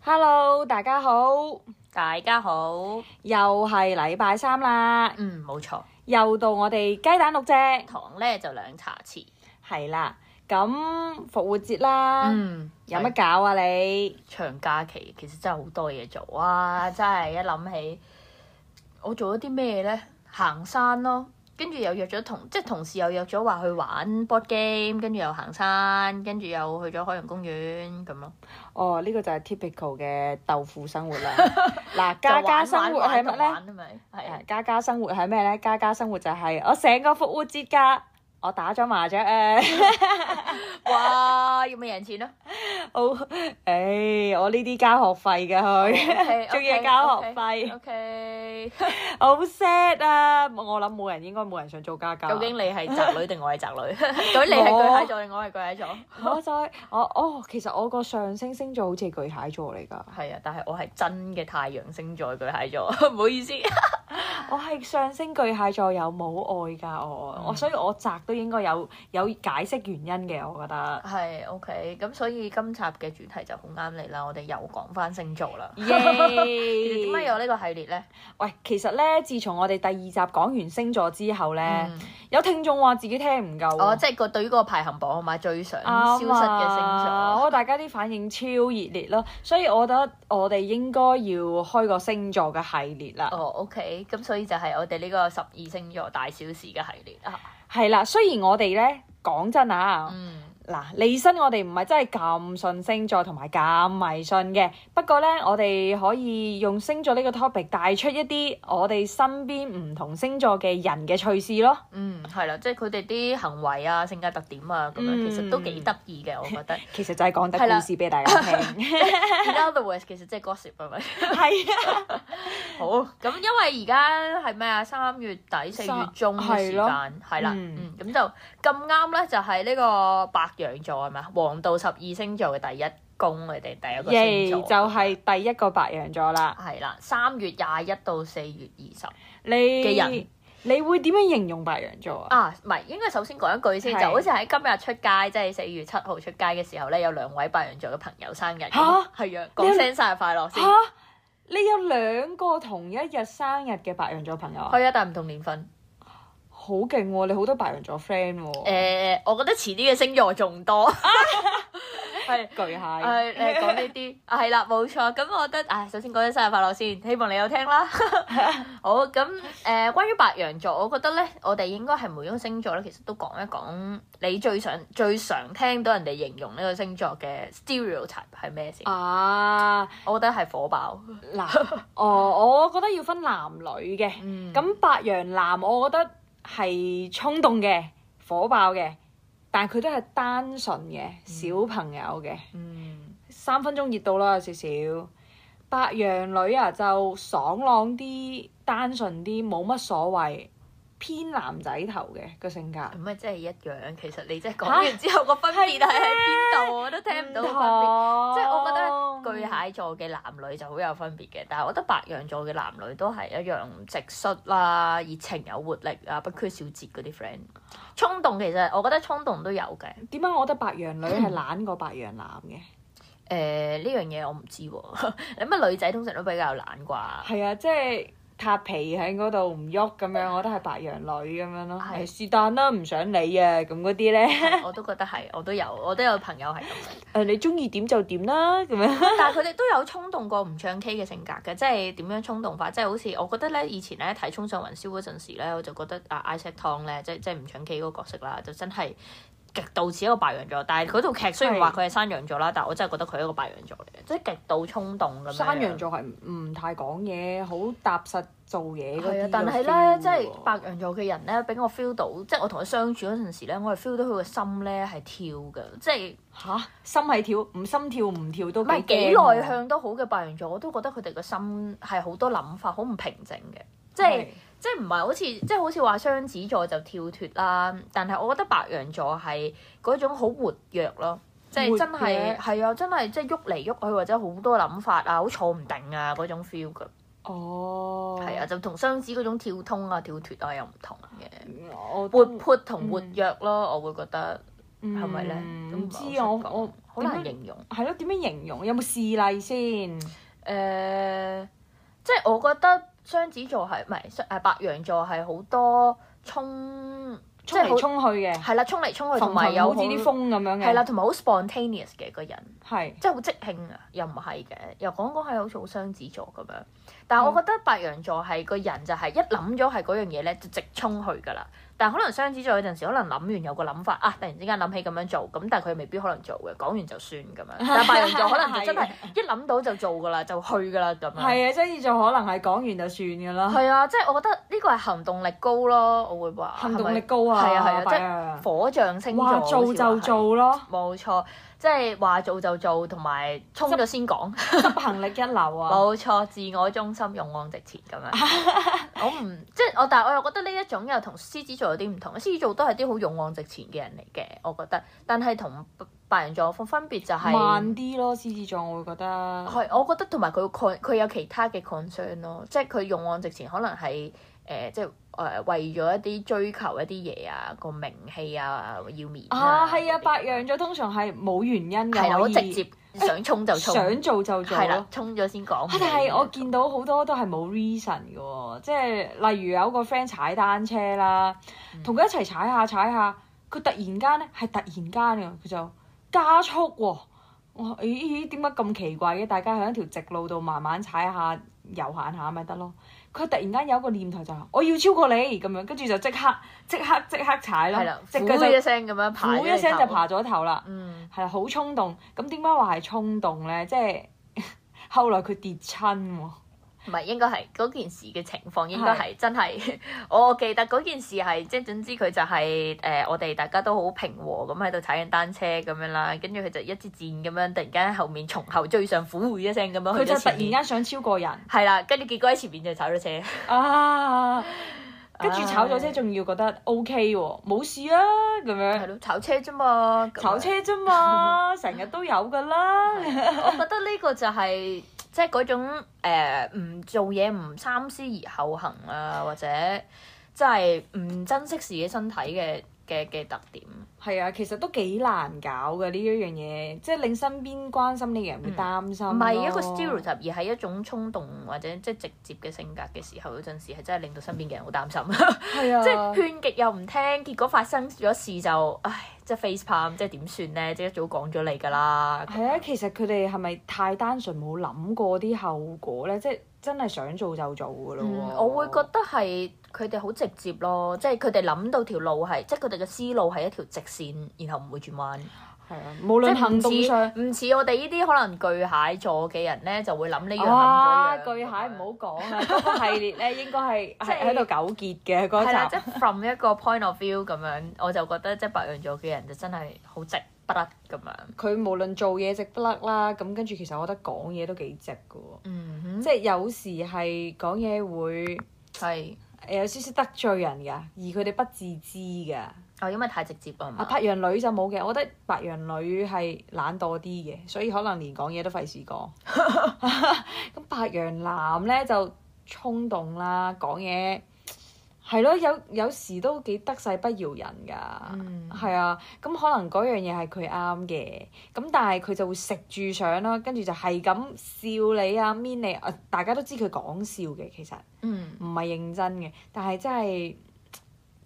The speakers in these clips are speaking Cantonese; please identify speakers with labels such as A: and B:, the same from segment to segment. A: Hello，大家好，
B: 大家好，
A: 又係禮拜三啦，
B: 嗯，冇錯，
A: 又到我哋雞蛋六隻，
B: 糖咧就兩茶匙，
A: 係啦。咁復活節啦，
B: 嗯，
A: 有乜搞啊你？
B: 長假期其實真係好多嘢做啊！真係一諗起我做咗啲咩呢？行山咯，跟住又約咗同即係同事又約咗話去玩 board game，跟住又行山，跟住又去咗海洋公園咁咯。
A: 哦，呢、個就係 typical 嘅豆腐生活 啦。嗱，家家生活係乜呢？
B: 呢？係啊
A: 誒家家生活係咩呢？家家生活就係我成個復活節假，我打咗麻雀 啊！
B: 哇！要咪贏錢咯
A: 好，誒、我呢啲交學費㗎佢， 仲要係交學費
B: O K，
A: 好 sad 啊！我諗冇人應該冇人想做家教。
B: 哦究竟你係宅女定我係 宅女？究竟你係巨蟹座定啊我係巨蟹座？
A: 我就係我哦，其實我個上升星座好似係巨蟹座嚟㗎，
B: 係啊，但係我係真嘅太陽星座巨蟹 座，唔好意思。
A: 我係上升巨蟹座有母愛㗎，我我、
B: 嗯
A: 所以我宅都應該有有解釋原因嘅，我覺 得。
B: 係 OK，咁所以今集嘅主題就好啱你啦，我哋又講翻星座啦。
A: 耶！
B: 其實點解有呢個系列呢？
A: 喂，其實咧，自從我哋第二集講完星座之後咧，
B: 嗯，
A: 有聽眾話自己聽唔夠喎。
B: 哦，即係個對於個排行榜啊嘛，最想消失
A: 啱
B: 嘅星
A: 啊
B: 座。
A: 我大家啲反應超熱烈咯，所以我覺得我哋應該要開個星座嘅系列啦。
B: 哦，OK，咁所以就係我哋呢個十二星座大小事嘅系列啊。
A: 係啦，雖然我哋咧講真啊，
B: 嗯，
A: 嗱，利申我哋唔係真係咁信星座同埋咁迷信嘅，不過呢，我哋可以用星座呢個 topic 帶出一啲我哋身邊唔同星座嘅人嘅趣事咯。
B: 嗯，係啦，即係佢哋啲行為啊、性格特點啊咁樣，其實都幾得意嘅，我覺得。
A: 其實就係講得
B: 係啦
A: 故事俾大家聽，
B: In other words，其實即係 gossip 係咪？
A: 係啊，
B: 好，咁因為而家係咩啊？三月底四月中嘅時間係啦，
A: 嗯
B: 嗯，咁就咁啱咧，就係呢個白羊座係咪啊？黃道十二星座嘅第一宮，佢哋第一個
A: 耶！
B: 星
A: 就
B: 座
A: 係第一個白羊座啦。
B: 係啦，三月廿一到四月二十
A: 你
B: 嘅人
A: 你會點樣形容白羊座啊？
B: 啊，唔係應該首先講一句先，
A: 係
B: 就好似喺今日出街，即係四月七號出街嘅時候咧，有兩位白羊座嘅朋友生日，
A: 嚇
B: 係啊，
A: 你有
B: 講聲生日快樂
A: 嚇
B: 先，！
A: 你有兩個同一日生日嘅白羊座朋友啊，
B: 係啊，但係唔同年份。
A: 好勁喎！你好多白羊座 friend 喎，
B: 誒、我覺得遲啲嘅星座仲多，係。
A: 巨蟹。
B: 誒誒 講呢啲啊係啦，冇錯。咁我覺得，唉，首先講咗生日快樂先，希望你有聽 啦。好咁誒、關於白羊座，我覺得咧，我哋應該係每種星座咧，其實都講一講你最想最常聽到人哋形容呢個星座嘅 stereotype 係咩 先？
A: 啊，
B: 我覺得係火爆。
A: 嗱， 哦，我覺得要分男女嘅。
B: 嗯咁
A: 咁白羊男，我覺得係衝動嘅、火爆嘅，但係佢都係單純嘅小朋友嘅，
B: 嗯
A: 三分鐘熱度啦，有少少。白羊女啊，就爽朗啲、單純啲，冇乜所謂，偏男仔頭嘅個性格。
B: 咁啊，即係一樣。其實你即係講
A: 嚇
B: 完之後個分別係喺邊度，我都聽唔到個分別。即係我
A: 哦
B: 覺得巨蟹座嘅男女就好有分別嘅，但係我覺得白羊座嘅男女都係一樣直率啦、熱情有活力啊、不拘小節嗰啲 friend。衝動其實我覺得衝動都有嘅，誒、
A: 點解我覺得白羊女係 懶過白羊男嘅？
B: 呢樣嘢我唔知喎、 你乜女仔通常都比較懶啩？
A: 係啊，即係塌皮喺嗰度唔喐咁樣，我覺得係白羊女咁樣咯。
B: 係
A: 係是但啦，唔想理啊咁嗰啲咧，
B: 係我都覺得係，我都有，我都有朋友係咁樣，
A: 誒你中意點就點啦咁樣。
B: 但係啊佢哋都有衝動過唔唱 K 嘅性格嘅，即係點樣衝動法？即係好似我覺得咧，以前咧睇《衝上雲霄》嗰陣時咧，我就覺得啊 Isaac Tong 咧，即係即係唔唱 K 嗰個角色啦，就真係極度似一個白羊座。但係嗰套劇雖然話佢係山羊座啦，但我真係覺得佢係一個白羊座嚟嘅，即係極度衝動咁樣。
A: 山羊座係唔唔太講嘢，好踏實做嘢嗰
B: 係
A: 啲
B: 啊，但係
A: 個 feel
B: 咧，即係
A: 喎
B: 白羊座嘅人咧，俾我 feel 到，即係我同佢相處嗰陣時咧，我係 feel 到佢個心咧係跳嘅，即係。
A: 吓，心係跳，唔心跳唔跳都
B: 唔係
A: 幾
B: 幾
A: 驚啊
B: 內
A: 喎。
B: 向都好嘅白羊座，我都覺得佢哋個心係好多諗法，好唔平靜嘅，即
A: 係
B: 係即係唔係好似即係好似話雙子座就跳脱啦，但係我覺得白羊座係嗰種好活躍咯。即
A: 活躍
B: 係真係係啊！真係即係喐嚟喐去，或者好多諗法啊，好坐唔定啊嗰種 feel 㗎，
A: 哦，
B: 係啊，，就同雙子嗰種跳
A: 嗯
B: 通啊、跳脱啊又唔同嘅，
A: 我
B: 活
A: 都
B: 潑同活躍咯，我會覺得係咪咧？
A: 嗯
B: 都
A: 唔
B: 係
A: 知啊，
B: 好
A: 我
B: 識講
A: 我
B: 好難形容。
A: 係咯，點樣形容？有冇事例先？
B: 誒、呃即係我覺得雙子座係唔係誒白羊座係好多衝，即
A: 衝
B: 係
A: 嚟
B: 好
A: 衝去嘅，
B: 係啦，衝嚟衝去同
A: 同
B: 埋
A: 埋
B: 有
A: 好似啲風咁樣嘅。
B: 係啦，，同埋好 spontaneous 嘅個人。
A: 係
B: 即係好即興啊，又唔係嘅，又講講係好似好雙子座咁樣。但係我覺得白羊座係個人就係一諗咗係嗰樣嘢咧，就直衝去㗎啦。但係可能雙子座有陣時可能諗完有個諗法啊，突然之間諗起咁樣做，咁但係佢未必可能做嘅，講完就算咁樣。但係白羊座可能就真係一諗到就做㗎啦，就去㗎啦咁樣。
A: 係啊，即係就可能係講完就算㗎啦。
B: 係啊，即係我覺得呢個係行動力高咯，我會話
A: 行動力高啊，
B: 係咪係啊係
A: 白
B: 啊，即
A: 羊
B: 係火象星座
A: 話
B: 好
A: 做
B: 似話
A: 就
B: 係
A: 做咯，
B: 冇錯，即係話做就做，同埋衝咗先講，
A: 執行力一流啊。
B: 冇錯，自我中心，勇往直前咁樣。 我唔即係我，但係我又覺得呢一種又同獅子座有啲唔同。獅子座都係啲好勇往直前嘅人嚟嘅，我覺得。但係同白羊座分別就係、
A: 慢啲咯，獅子座我會覺得
B: 係，我覺得同埋佢 con 佢有其他嘅 concern 咯，即係佢勇往直前，可能係誒、呃即係誒、呃、為咗一啲追求一啲嘢啊，個名氣啊，要面
A: 啊，係啊，
B: 嗰啲咁樣
A: 白羊座通常係冇原因
B: 係
A: 嘅，
B: 啦，
A: 可
B: 好
A: 以
B: 直接想衝就 衝，
A: 想做就做
B: 係
A: 咯
B: 啦。，衝咗先講
A: 啊。但係我見到好多都係冇 reason 嘅喎，即係例如有個 friend 踩單車啦，同佢一齊踩下踩下，佢突然間咧係突然間嘅，佢就加速喎、我話咦咦點解咁奇怪嘅？大家喺一條直路度慢慢踩下、遊行下咪得咯。佢突然間有一個念頭就話：我要超過你咁樣，跟住就即刻即刻即刻踩
B: 係啦
A: 啦，，
B: 即
A: 隻腳
B: 係一
A: 就
B: 聲咁樣爬，
A: 呼一聲就爬。咗頭啦。
B: 嗯，
A: 係啦，啊好衝動。咁點解話係衝動咧？即係 後來佢跌親喎。
B: 唔係應該係嗰件事嘅情況，應該係真係。 我記得嗰件事係即係總之佢就係、誒、我哋大家都好平和咁喺度踩緊單車咁樣啦，跟住佢就一支箭咁樣，突然間喺後面從後追上，呼一聲咁樣
A: 佢
B: 去
A: 就
B: 咗
A: 突
B: 前
A: 然
B: 面。
A: 間想超過人
B: 係啦，跟住結果喺前面就炒咗車，
A: 啊！跟住炒咗車，
B: 唉
A: 仲要覺得 O K 喎，冇事啊咁
B: 啊係
A: 樣。
B: 咯，炒車啫嘛，咁樣
A: 炒
B: 啊
A: 車啫嘛，成日都有噶啦。
B: 我覺得呢個就係、即係嗰種誒唔、做嘢唔三思而後行啊，或者即係唔珍惜自己身體嘅嘅嘅特點。
A: 係啊，其實都幾難搞嘅呢一樣嘢，即係令身邊關心你嘅人會擔心。
B: 嗯唔係一個 stereotype，而係一種衝動或者即係直接嘅性格嘅時候，有陣時係真係令到身邊嘅人好擔心。
A: 係啊，
B: 即係勸極又唔聽，結果發生咗事就唉，即係 face palm，即係點算呢？即係一早講咗你㗎啦。
A: 係啊，其實佢哋係咪太單純冇諗過啲後果咧？即係真係想做就做噶咯喎。
B: 嗯我會覺得係佢哋好直接咯，即係佢哋諗到條路係，即係佢哋嘅思路係一條直線，然後唔會轉彎。
A: 係啊，無
B: 即
A: 論
B: 係
A: 行
B: 唔
A: 動上
B: 似唔似我哋呢啲可能巨蟹座嘅人咧，就會諗呢樣諗
A: 啊，
B: 嗰樣。
A: 巨蟹唔好講啊，嗰個系列咧應該係
B: 即係
A: 係喺度糾結嘅
B: 係啦，
A: 嗰
B: 即
A: 集。
B: 係 from 一個 point of view 咁樣，我就覺得即係白羊座嘅人就真係好直不甩咁樣。
A: 佢無論做嘢直不甩啦，咁跟住其實我覺得講嘢都幾直嘅喎，
B: 嗯哼，
A: 即係有時係講嘢會
B: 係
A: 誒有少少得罪人㗎，而佢哋不自知㗎。
B: 哦，因為太直接啊
A: 啊，
B: 嘛。
A: 白羊女就冇嘅，我覺得白羊女係懶惰啲嘅，所以可能連講嘢都費事 講。咁白羊男咧就衝動啦，講嘢係咯，有有時都幾得勢不饒人㗎。
B: 嗯
A: 係啊，咁可能嗰樣嘢係佢啱嘅，咁但係佢就會食住上啦，跟住就係咁笑你啊、面你啊，大家都知佢講笑嘅，其實
B: 嗯，
A: 唔係認真嘅，但係真係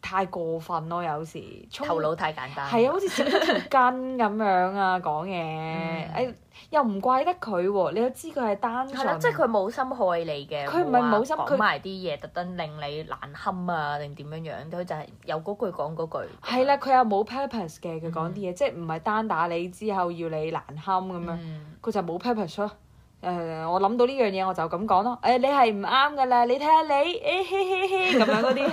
A: 太過分咯，有時衝
B: 頭腦太簡單。
A: 係啊，好似食咗條筋咁樣啊，講嘢，誒又唔怪得佢喎，你都知佢係單
B: 係啦，
A: 純，
B: 即係佢冇心害你嘅，
A: 佢唔係冇心
B: 話
A: 佢
B: 講埋啲嘢特登令你難堪啊，定點樣樣？佢就係有嗰句講嗰句。
A: 係啦，佢又冇 purpose 嘅，佢講啲嘢，即係唔係單打你之後要你難堪咁樣，
B: 嗯，
A: 佢就冇 purpose 咯。誒、我諗到呢樣嘢我就咁講咯。誒、你係唔啱㗎啦，你睇下你，誒嘿嘿嘿咁樣嗰啲，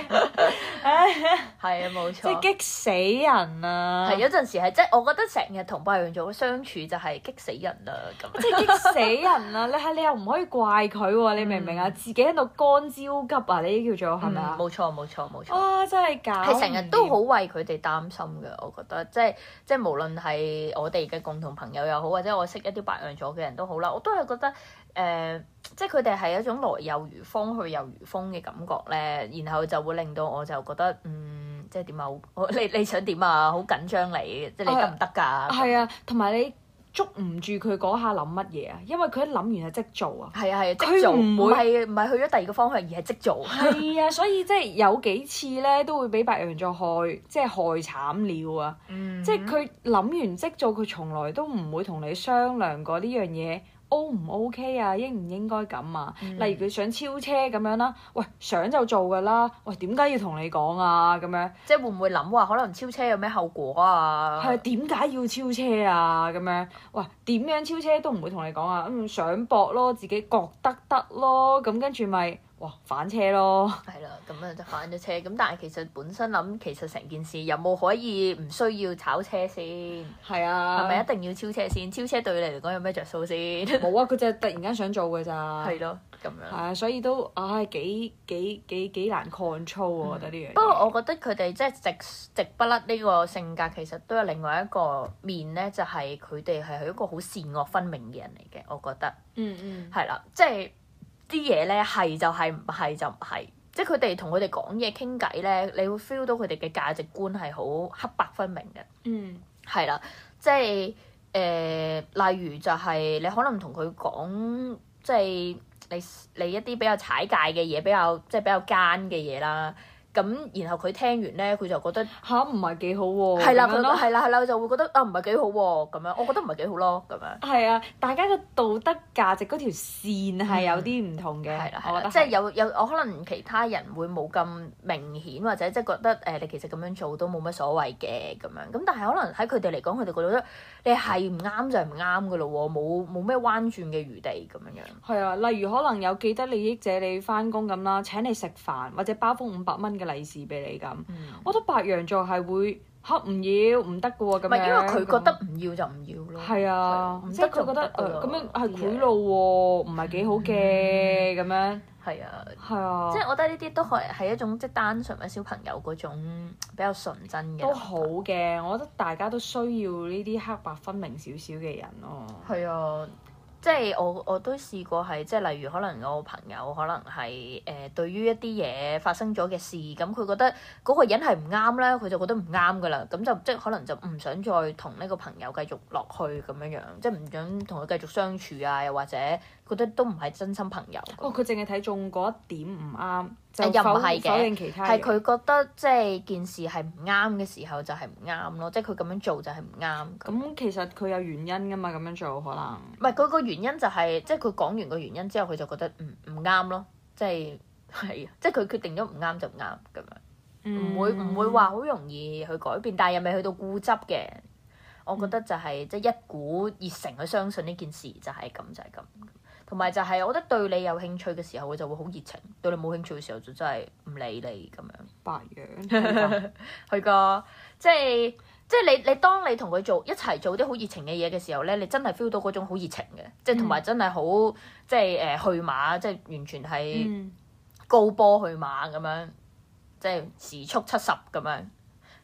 B: 係啊，冇
A: 即係
B: 錯。
A: 激死人啊！
B: 係有陣時係即係，我覺得成日同白羊座嘅相處就係激死人啦咁樣。
A: 即係激死人啦！你係你又唔可以怪佢喎，你明唔明啊？自己喺度乾焦急啊！呢啲叫做係咪啊
B: 嗯？冇錯冇錯冇錯。
A: 哇！啊真係搞
B: 係成日都好
A: 哦唔掂
B: 為佢哋擔心嘅，我覺得即係即係無論係我哋嘅共同朋友又好，或者我識一啲白羊座嘅人都好啦，我都係覺得誒、呃即係佢哋係一種來又如風去又如風嘅感覺咧，然後就會令到我就覺得嗯，即係點啊？好好 你你想點啊？好緊張你，即係你得唔得㗎？
A: 係啊，同埋你捉唔住佢嗰下諗乜嘢啊？因為佢一諗完就即做啊。
B: 係啊係啊，
A: 佢
B: 即做
A: 唔
B: 唔
A: 會
B: 係唔係去咗第二個方向，而係即做。
A: 係啊，所以即係有幾次咧都會俾白羊座害，即係害慘了啊！
B: 嗯
A: 即係佢諗完即做，佢從來都唔會同你商量過呢樣嘢 O 唔 OK 啊，應唔應該咁啊？
B: 嗯
A: 例如佢想超車咁樣啦，喂想就做㗎啦，喂點解要同你講啊？咁樣
B: 即係會唔會諗話可能超車有咩後果啊？
A: 係點解要超車啊？咁樣喂點樣超車都唔會同你講啊，嗯想搏咯，自己覺得得咯，咁跟住咪哇反車咯。
B: 係啦，咁啊就反咗車。咁但係其實本身諗，其實成件事有冇可以唔需要炒車先？
A: 係啊，
B: 係咪一定要超車先？超車對你嚟講有咩着數先？
A: 冇啊，佢就係突然間想做㗎咋。
B: 係咯，咁
A: 係
B: 樣。
A: 啊啊，所以都唉幾幾幾幾難 control 啊！我覺得呢樣嘢。
B: 不過我覺得佢哋即係直直不甩呢個性格，其實都有另外一個面咧，就係佢哋係一個好善惡分明嘅人嚟嘅。我覺得
A: 嗯嗯
B: 係啦，即係啲嘢咧係就係，唔係就唔係。即係佢哋同佢哋講嘢傾偈咧，你會 feel 到佢哋嘅價值觀係好黑白分明嘅。
A: 嗯
B: 係啦，即係誒、呃例如就係你可能同佢講，即係你你一啲比較踩界嘅嘢，比較即係比較奸嘅嘢啦。咁然後佢聽完咧，佢就覺得
A: 吓唔係幾好喎。
B: 係啦，
A: 咁樣
B: 佢
A: 咯。
B: 係啦係啦，就會覺得啊唔係幾好喎咁樣，我覺得唔係幾好咯咁樣。
A: 係啊，大家嘅道德價值嗰條線係有啲唔同嘅，
B: 係啦，係
A: 我覺
B: 啦，
A: 得
B: 即係有有我可能其他人會冇咁明顯，或者即係覺得誒、呃你其實咁樣做都冇乜所謂嘅咁樣。咁但係可能喺佢哋嚟講，佢哋覺得你係唔啱就係唔啱嘅咯喎，冇冇咩彎轉嘅餘地咁樣樣。
A: 係啊，例如可能有既得利益者你翻工咁啦，請你食飯或者包封五百蚊嘅利是俾你咁，我覺得白羊座係會吓唔要唔得嘅喎咁樣。
B: 唔係因為佢
A: 咁
B: 覺得唔要就唔要咯。
A: 係啊
B: 係，
A: 即係
B: 唔得
A: 佢
B: 就
A: 覺得
B: 唔得㗎
A: 誒
B: 啦
A: 咁樣係
B: 啲
A: 賄賂
B: 嘢
A: 喎，唔係幾好嘅咁樣，
B: 係啊，
A: 係啊，
B: 即係我覺得呢啲都可係一種即係單純嘅小朋友嗰種比較純真嘅。
A: 都好。嘅。我覺得大家都需要呢啲黑白分明少少嘅人咯。
B: 係啊。即係我我都試過係，即係例如可能我朋友可能係誒、呃、對於一啲嘢發生咗嘅事，咁佢覺得嗰個人係唔啱咧，佢就覺得唔啱噶啦，咁就即係可能就唔想再同呢個朋友繼續落去咁樣樣，即係唔想同佢繼續相處啊，又或者覺得都唔係真心朋友咁樣。
A: 哦，佢淨係睇中嗰一點唔啱，就
B: 啊又唔
A: 否
B: 係嘅
A: 否認其他嘢。
B: 係啊佢覺得即係件事係唔啱嘅時候就係唔啱咯，即係佢咁樣做就係唔啱。
A: 咁，其實佢有原因噶嘛，咁樣做可能。
B: 唔係佢個原因就係、即係佢講完個原因之後，佢就覺得唔唔啱咯，即係係啊，即係佢決定咗唔啱就唔啱咁樣，唔、會
A: 嗯
B: 唔會話好容易去改變，但係又未去到固執嘅。我覺得就係、即係一股熱誠去相信呢件事就係咁就係咁，同埋就係、我覺得對你有興趣嘅時候，佢就會好熱情；對你冇興趣嘅時候，就真係唔理你咁樣。
A: 嗯白羊？
B: 係噶，即係即係你你當你同佢做一齊做啲好熱情嘅嘢嘅時候咧，你真係 feel 到嗰種好熱情嘅，即
A: 嗯
B: 係同埋真係好即係誒、呃去馬，即係完全係
A: 嗯，
B: 高波去馬咁樣，即係時速七十咁樣。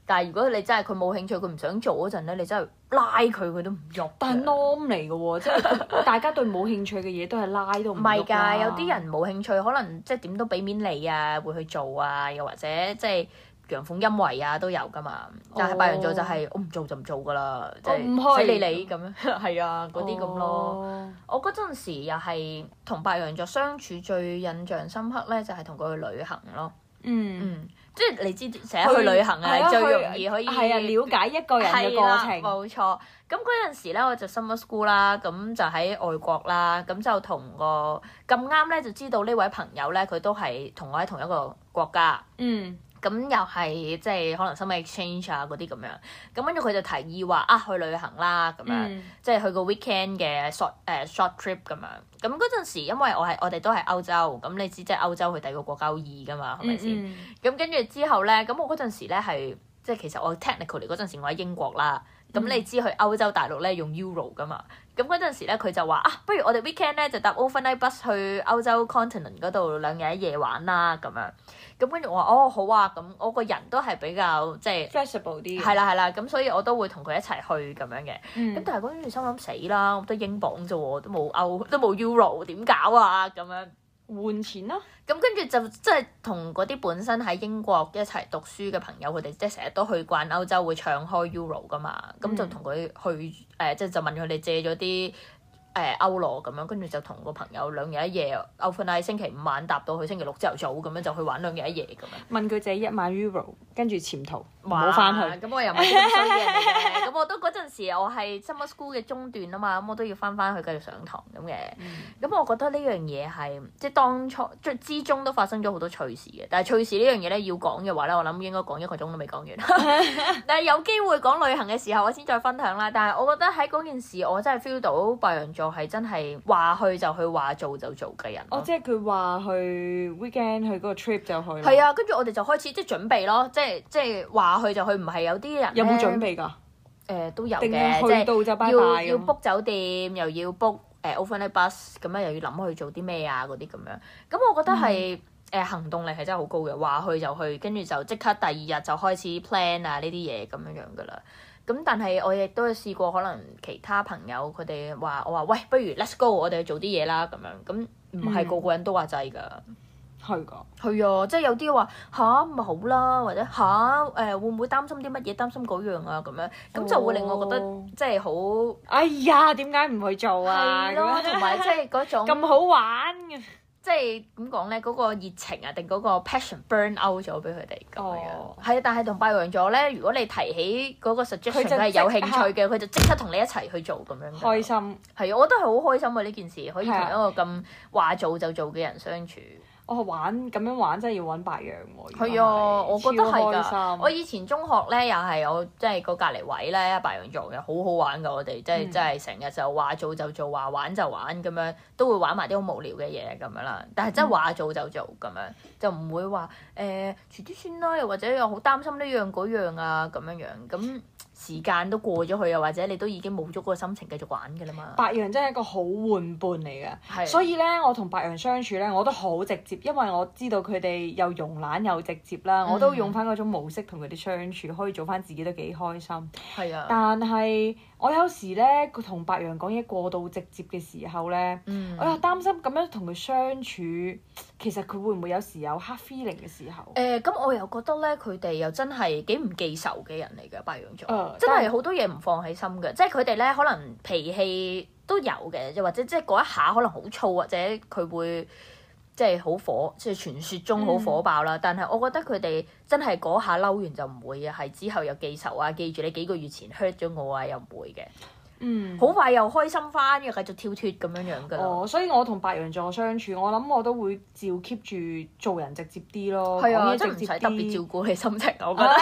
B: 但係如果你真係佢冇興趣，佢唔想做嗰陣咧，你真係拉佢佢都唔喐。
A: 但係 norm 嚟嘅喎，即係大家對冇興趣嘅嘢都係拉都唔
B: 唔係
A: 喐啊啦
B: 㗎，有啲人冇興趣，可能即係點都俾面你啊，會去做啊，又或者即係陽奉陰違啊都有㗎嘛。但係白羊座就係、我唔做就唔做㗎啦，即
A: 哦唔
B: 係
A: 開
B: 使你理咁樣， 係啊嗰啲咁咯。
A: 哦
B: 我嗰陣時又係同白羊座相處最印象深刻咧，就係同佢去旅行咯。
A: 嗯，
B: 嗯，即係你知成日去旅行
A: 係
B: 啊，
A: 啊
B: 最
A: 去
B: 容易可以
A: 係啊，了解一個人嘅過
B: 係啦
A: 程。
B: 冇錯。咁嗰陣時咧，我就 summer school 啦，咁就喺外國啦，咁就同個咁啱咧，就知道呢位朋友咧，佢都係同我喺同一個國家。
A: 嗯，
B: 咁又係即係可能 summer exchange 啊嗰啲咁樣，咁跟住佢就提議話啊去旅行啦咁樣，
A: 嗯
B: 即係去個 weekend 嘅 short 誒、short trip 咁樣。咁嗰陣時因為我係我哋都係歐洲，咁你知即係歐洲去第二個國家好易噶嘛，係咪先？
A: 嗯嗯
B: 咁跟住之後咧，咁我嗰陣時咧係即係其實我 technical 嚟嗰陣時，我喺英國啦。咁你知去歐洲大陸咧用 Euro 噶嘛？咁嗰陣時咧佢就話啊，不如我哋 weekend 咧就搭 overnight bus 去歐洲 continent 嗰度兩日一夜玩啦咁樣。咁跟住我話哦好啊，咁我個人都係比較即
A: 嗯
B: 係
A: flexible 啲嘅。
B: 係啦係啦，咁所以我都會同佢一齊去咁樣嘅。
A: 啊嗯
B: 咁但係嗰陣時心諗死啦，我得英鎊啫喎，都冇歐，都冇 Euro，點搞啊咁樣？
A: 換錢啦，
B: 咁跟住就即係同嗰啲本身喺英國一齊讀書嘅朋友，佢哋即係成日都去慣歐洲，會唱開 Euro 噶嘛，咁就同佢去誒、呃即係就問佢哋借咗啲誒歐羅咁樣，跟住就同個朋友兩日一夜 overnight，星期五晚搭到去星期六朝頭早咁樣就去玩兩日一夜咁樣。
A: 問佢借一萬 euro，跟住潛逃，冇翻去。
B: 去。咁我又唔係啲咁衰嘅人嚟 嘅，咁我都嗰陣時我係 summer school 嘅中段啊嘛，咁我都要翻翻去繼續上堂咁嘅。
A: 嗯
B: 咁、我覺得呢樣嘢係即係當初即之中都發生咗好多趣事嘅，但係趣事呢樣嘢咧要講嘅話咧，我諗應該講一個鐘都未講完。 但係有機會講旅行嘅時候，我先再分享啦。但係我覺得喺嗰件事，我真係 feel 到白羊座係真係話去就去，話做就做嘅人咯。
A: 哦，即係佢話去 weekend 去嗰個 trip 就去。
B: 係，啊，跟住我哋就開始即係準備咯，即係即係話去就去，唔係有啲人
A: 有冇
B: 咧
A: 準備㗎？
B: 誒、呃都有
A: 定
B: 嘅，
A: 係
B: 即
A: 去
B: 係
A: 到就拜拜
B: 要
A: 咁
B: 要 book 酒店，又要 book 誒、overnight bus，咁樣又要諗去做啲咩啊嗰啲咁樣。咁我覺得係誒、
A: 嗯
B: 行動力係真係好高嘅，話去就去，跟住就即刻第二日就開始 plan 啊呢啲嘢咁樣樣噶啦。咁但係我亦都有試過，可能其他朋友佢哋話我話喂，不如 let's go，我哋去做啲嘢啦咁樣。咁唔係
A: 嗯
B: 個個人都話制㗎。
A: 去㗎。
B: 係啊，即係有啲話吓咪好啦，或者吓誒、會唔會擔心啲乜嘢，擔心嗰樣啊咁樣，咁就會令我覺得、
A: 哦
B: 即係好
A: 哎呀，點解唔去做啊？
B: 係咯，同埋即 係嗰種
A: 咁好玩嘅。
B: 即係點講咧，嗰、個熱情啊定嗰個 passion burn out 咗俾佢哋咁樣
A: 哦
B: 樣。係啊，但係同白羊座咧，如果你提起嗰個 suggestion
A: 佢就
B: 佢係
A: 即
B: 有興趣嘅，佢就即刻同你一齊去做咁樣。
A: 開。心。
B: 係啊，我覺得係好開心啊！呢件事可以同
A: 係
B: 一
A: 啊
B: 個咁話做就做嘅人相處。
A: 哦，玩咁樣玩真係要玩白羊喎。如
B: 係
A: 果
B: 啊，我覺得係
A: 超開
B: 㗎。
A: 心
B: 我以前中學咧，又係我即係個隔離位咧，白羊座嘅，好好玩㗎。我哋即係
A: 嗯
B: 即係成日就話做就做，話玩就玩咁樣，都會玩埋啲好無聊嘅嘢咁樣啦。但係
A: 嗯
B: 真係話做就做咁樣，就唔會話誒遲啲先啦，又或者又好擔心呢樣嗰樣啊咁樣樣。咁時間都過咗去，又或者你都已經冇咗嗰個心情繼續玩㗎啦嘛。
A: 白羊真係一個好玩伴嚟嘅。
B: 係，
A: 所
B: 以
A: 以咧，我同白羊相處咧，我都好直接，因為我知道佢哋又慵懶又直接啦，
B: 嗯
A: 我都用翻嗰種模式同佢哋相處，可以做翻自己都幾開心。
B: 係啊，
A: 但係我有時咧，佢同白羊講嘢過度直接嘅時候咧，
B: 嗯
A: 我又擔心咁樣同佢相處，其實佢會唔會有時有黑 feeling 嘅時候？
B: 誒咁、我又覺得咧，佢哋又真係幾唔記仇嘅人嚟嘅白羊
A: 誒
B: 座，真
A: 啊但
B: 係
A: 係
B: 好多嘢唔放喺心嘅，即係佢哋咧可能脾氣都有嘅，又或者即係嗰一下可能好燥，或者佢會即係好火，即係傳說中
A: 嗯
B: 好火爆啦。但係我覺得佢哋真係嗰下嬲完就唔會嘅，係之後又記仇啊，記住你幾個月前 hurt 咗我啊，又唔會嘅，
A: 嗯。
B: 好快又開心翻，又繼續跳脱咁樣樣噶啦。
A: 哦，所以我同白羊座相處，我諗我都會照 keep 住做人直接啲咯，
B: 係
A: 講
B: 啊，
A: 嘢
B: 真係唔
A: 直
B: 使
A: 接
B: 特別照
A: 啲。
B: 顧你心情，我覺得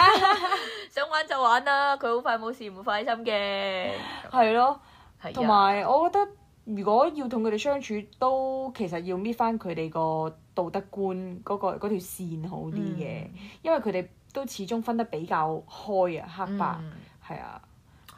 B: 想玩就玩啦，佢好快冇事唔會開心嘅。
A: 係咯。
B: 係啊
A: 同埋我覺得，如果要同佢哋相處，都其實要搣翻佢哋個道德觀嗰、個嗰條線好啲嘅，
B: 嗯
A: 因為佢哋都始終分得比較開啊，黑白
B: 嗯
A: 係啊，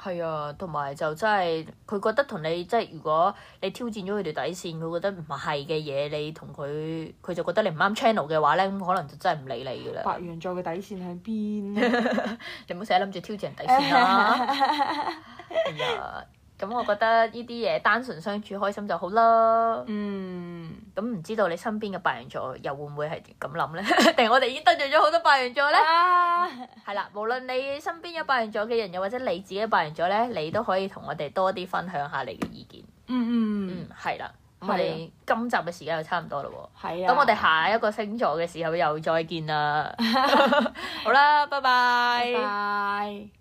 B: 係啊，同埋就真係佢覺得同你即係如果你挑戰咗佢哋底線，佢覺得唔係嘅嘢，你同佢佢就覺得你唔啱 channel 嘅話咧，咁可能就真係唔理你㗎啦。
A: 白羊座嘅底線喺邊 呢？
B: 你唔好成日諗住挑戰人底線啦。係啊，咁我覺得呢啲嘢單純相處開心就好啦。
A: 嗯，
B: 咁唔知道你身邊嘅白羊座又會唔會係咁諗呢？ 定係我哋已經得罪咗好多白羊座呢？
A: 啊，
B: 係啦，無論你身邊有白羊座嘅人，又或者你自己白羊座呢，你都可以同我哋多啲分享下你嘅意見。
A: 嗯嗯，，
B: 嗯係啦，咁
A: 係啊
B: 我哋今集嘅時間就差唔多啦喎。
A: 係啊。
B: 咁我哋下一個 星座嘅時候又再見啦。好啦，拜拜
A: 拜拜。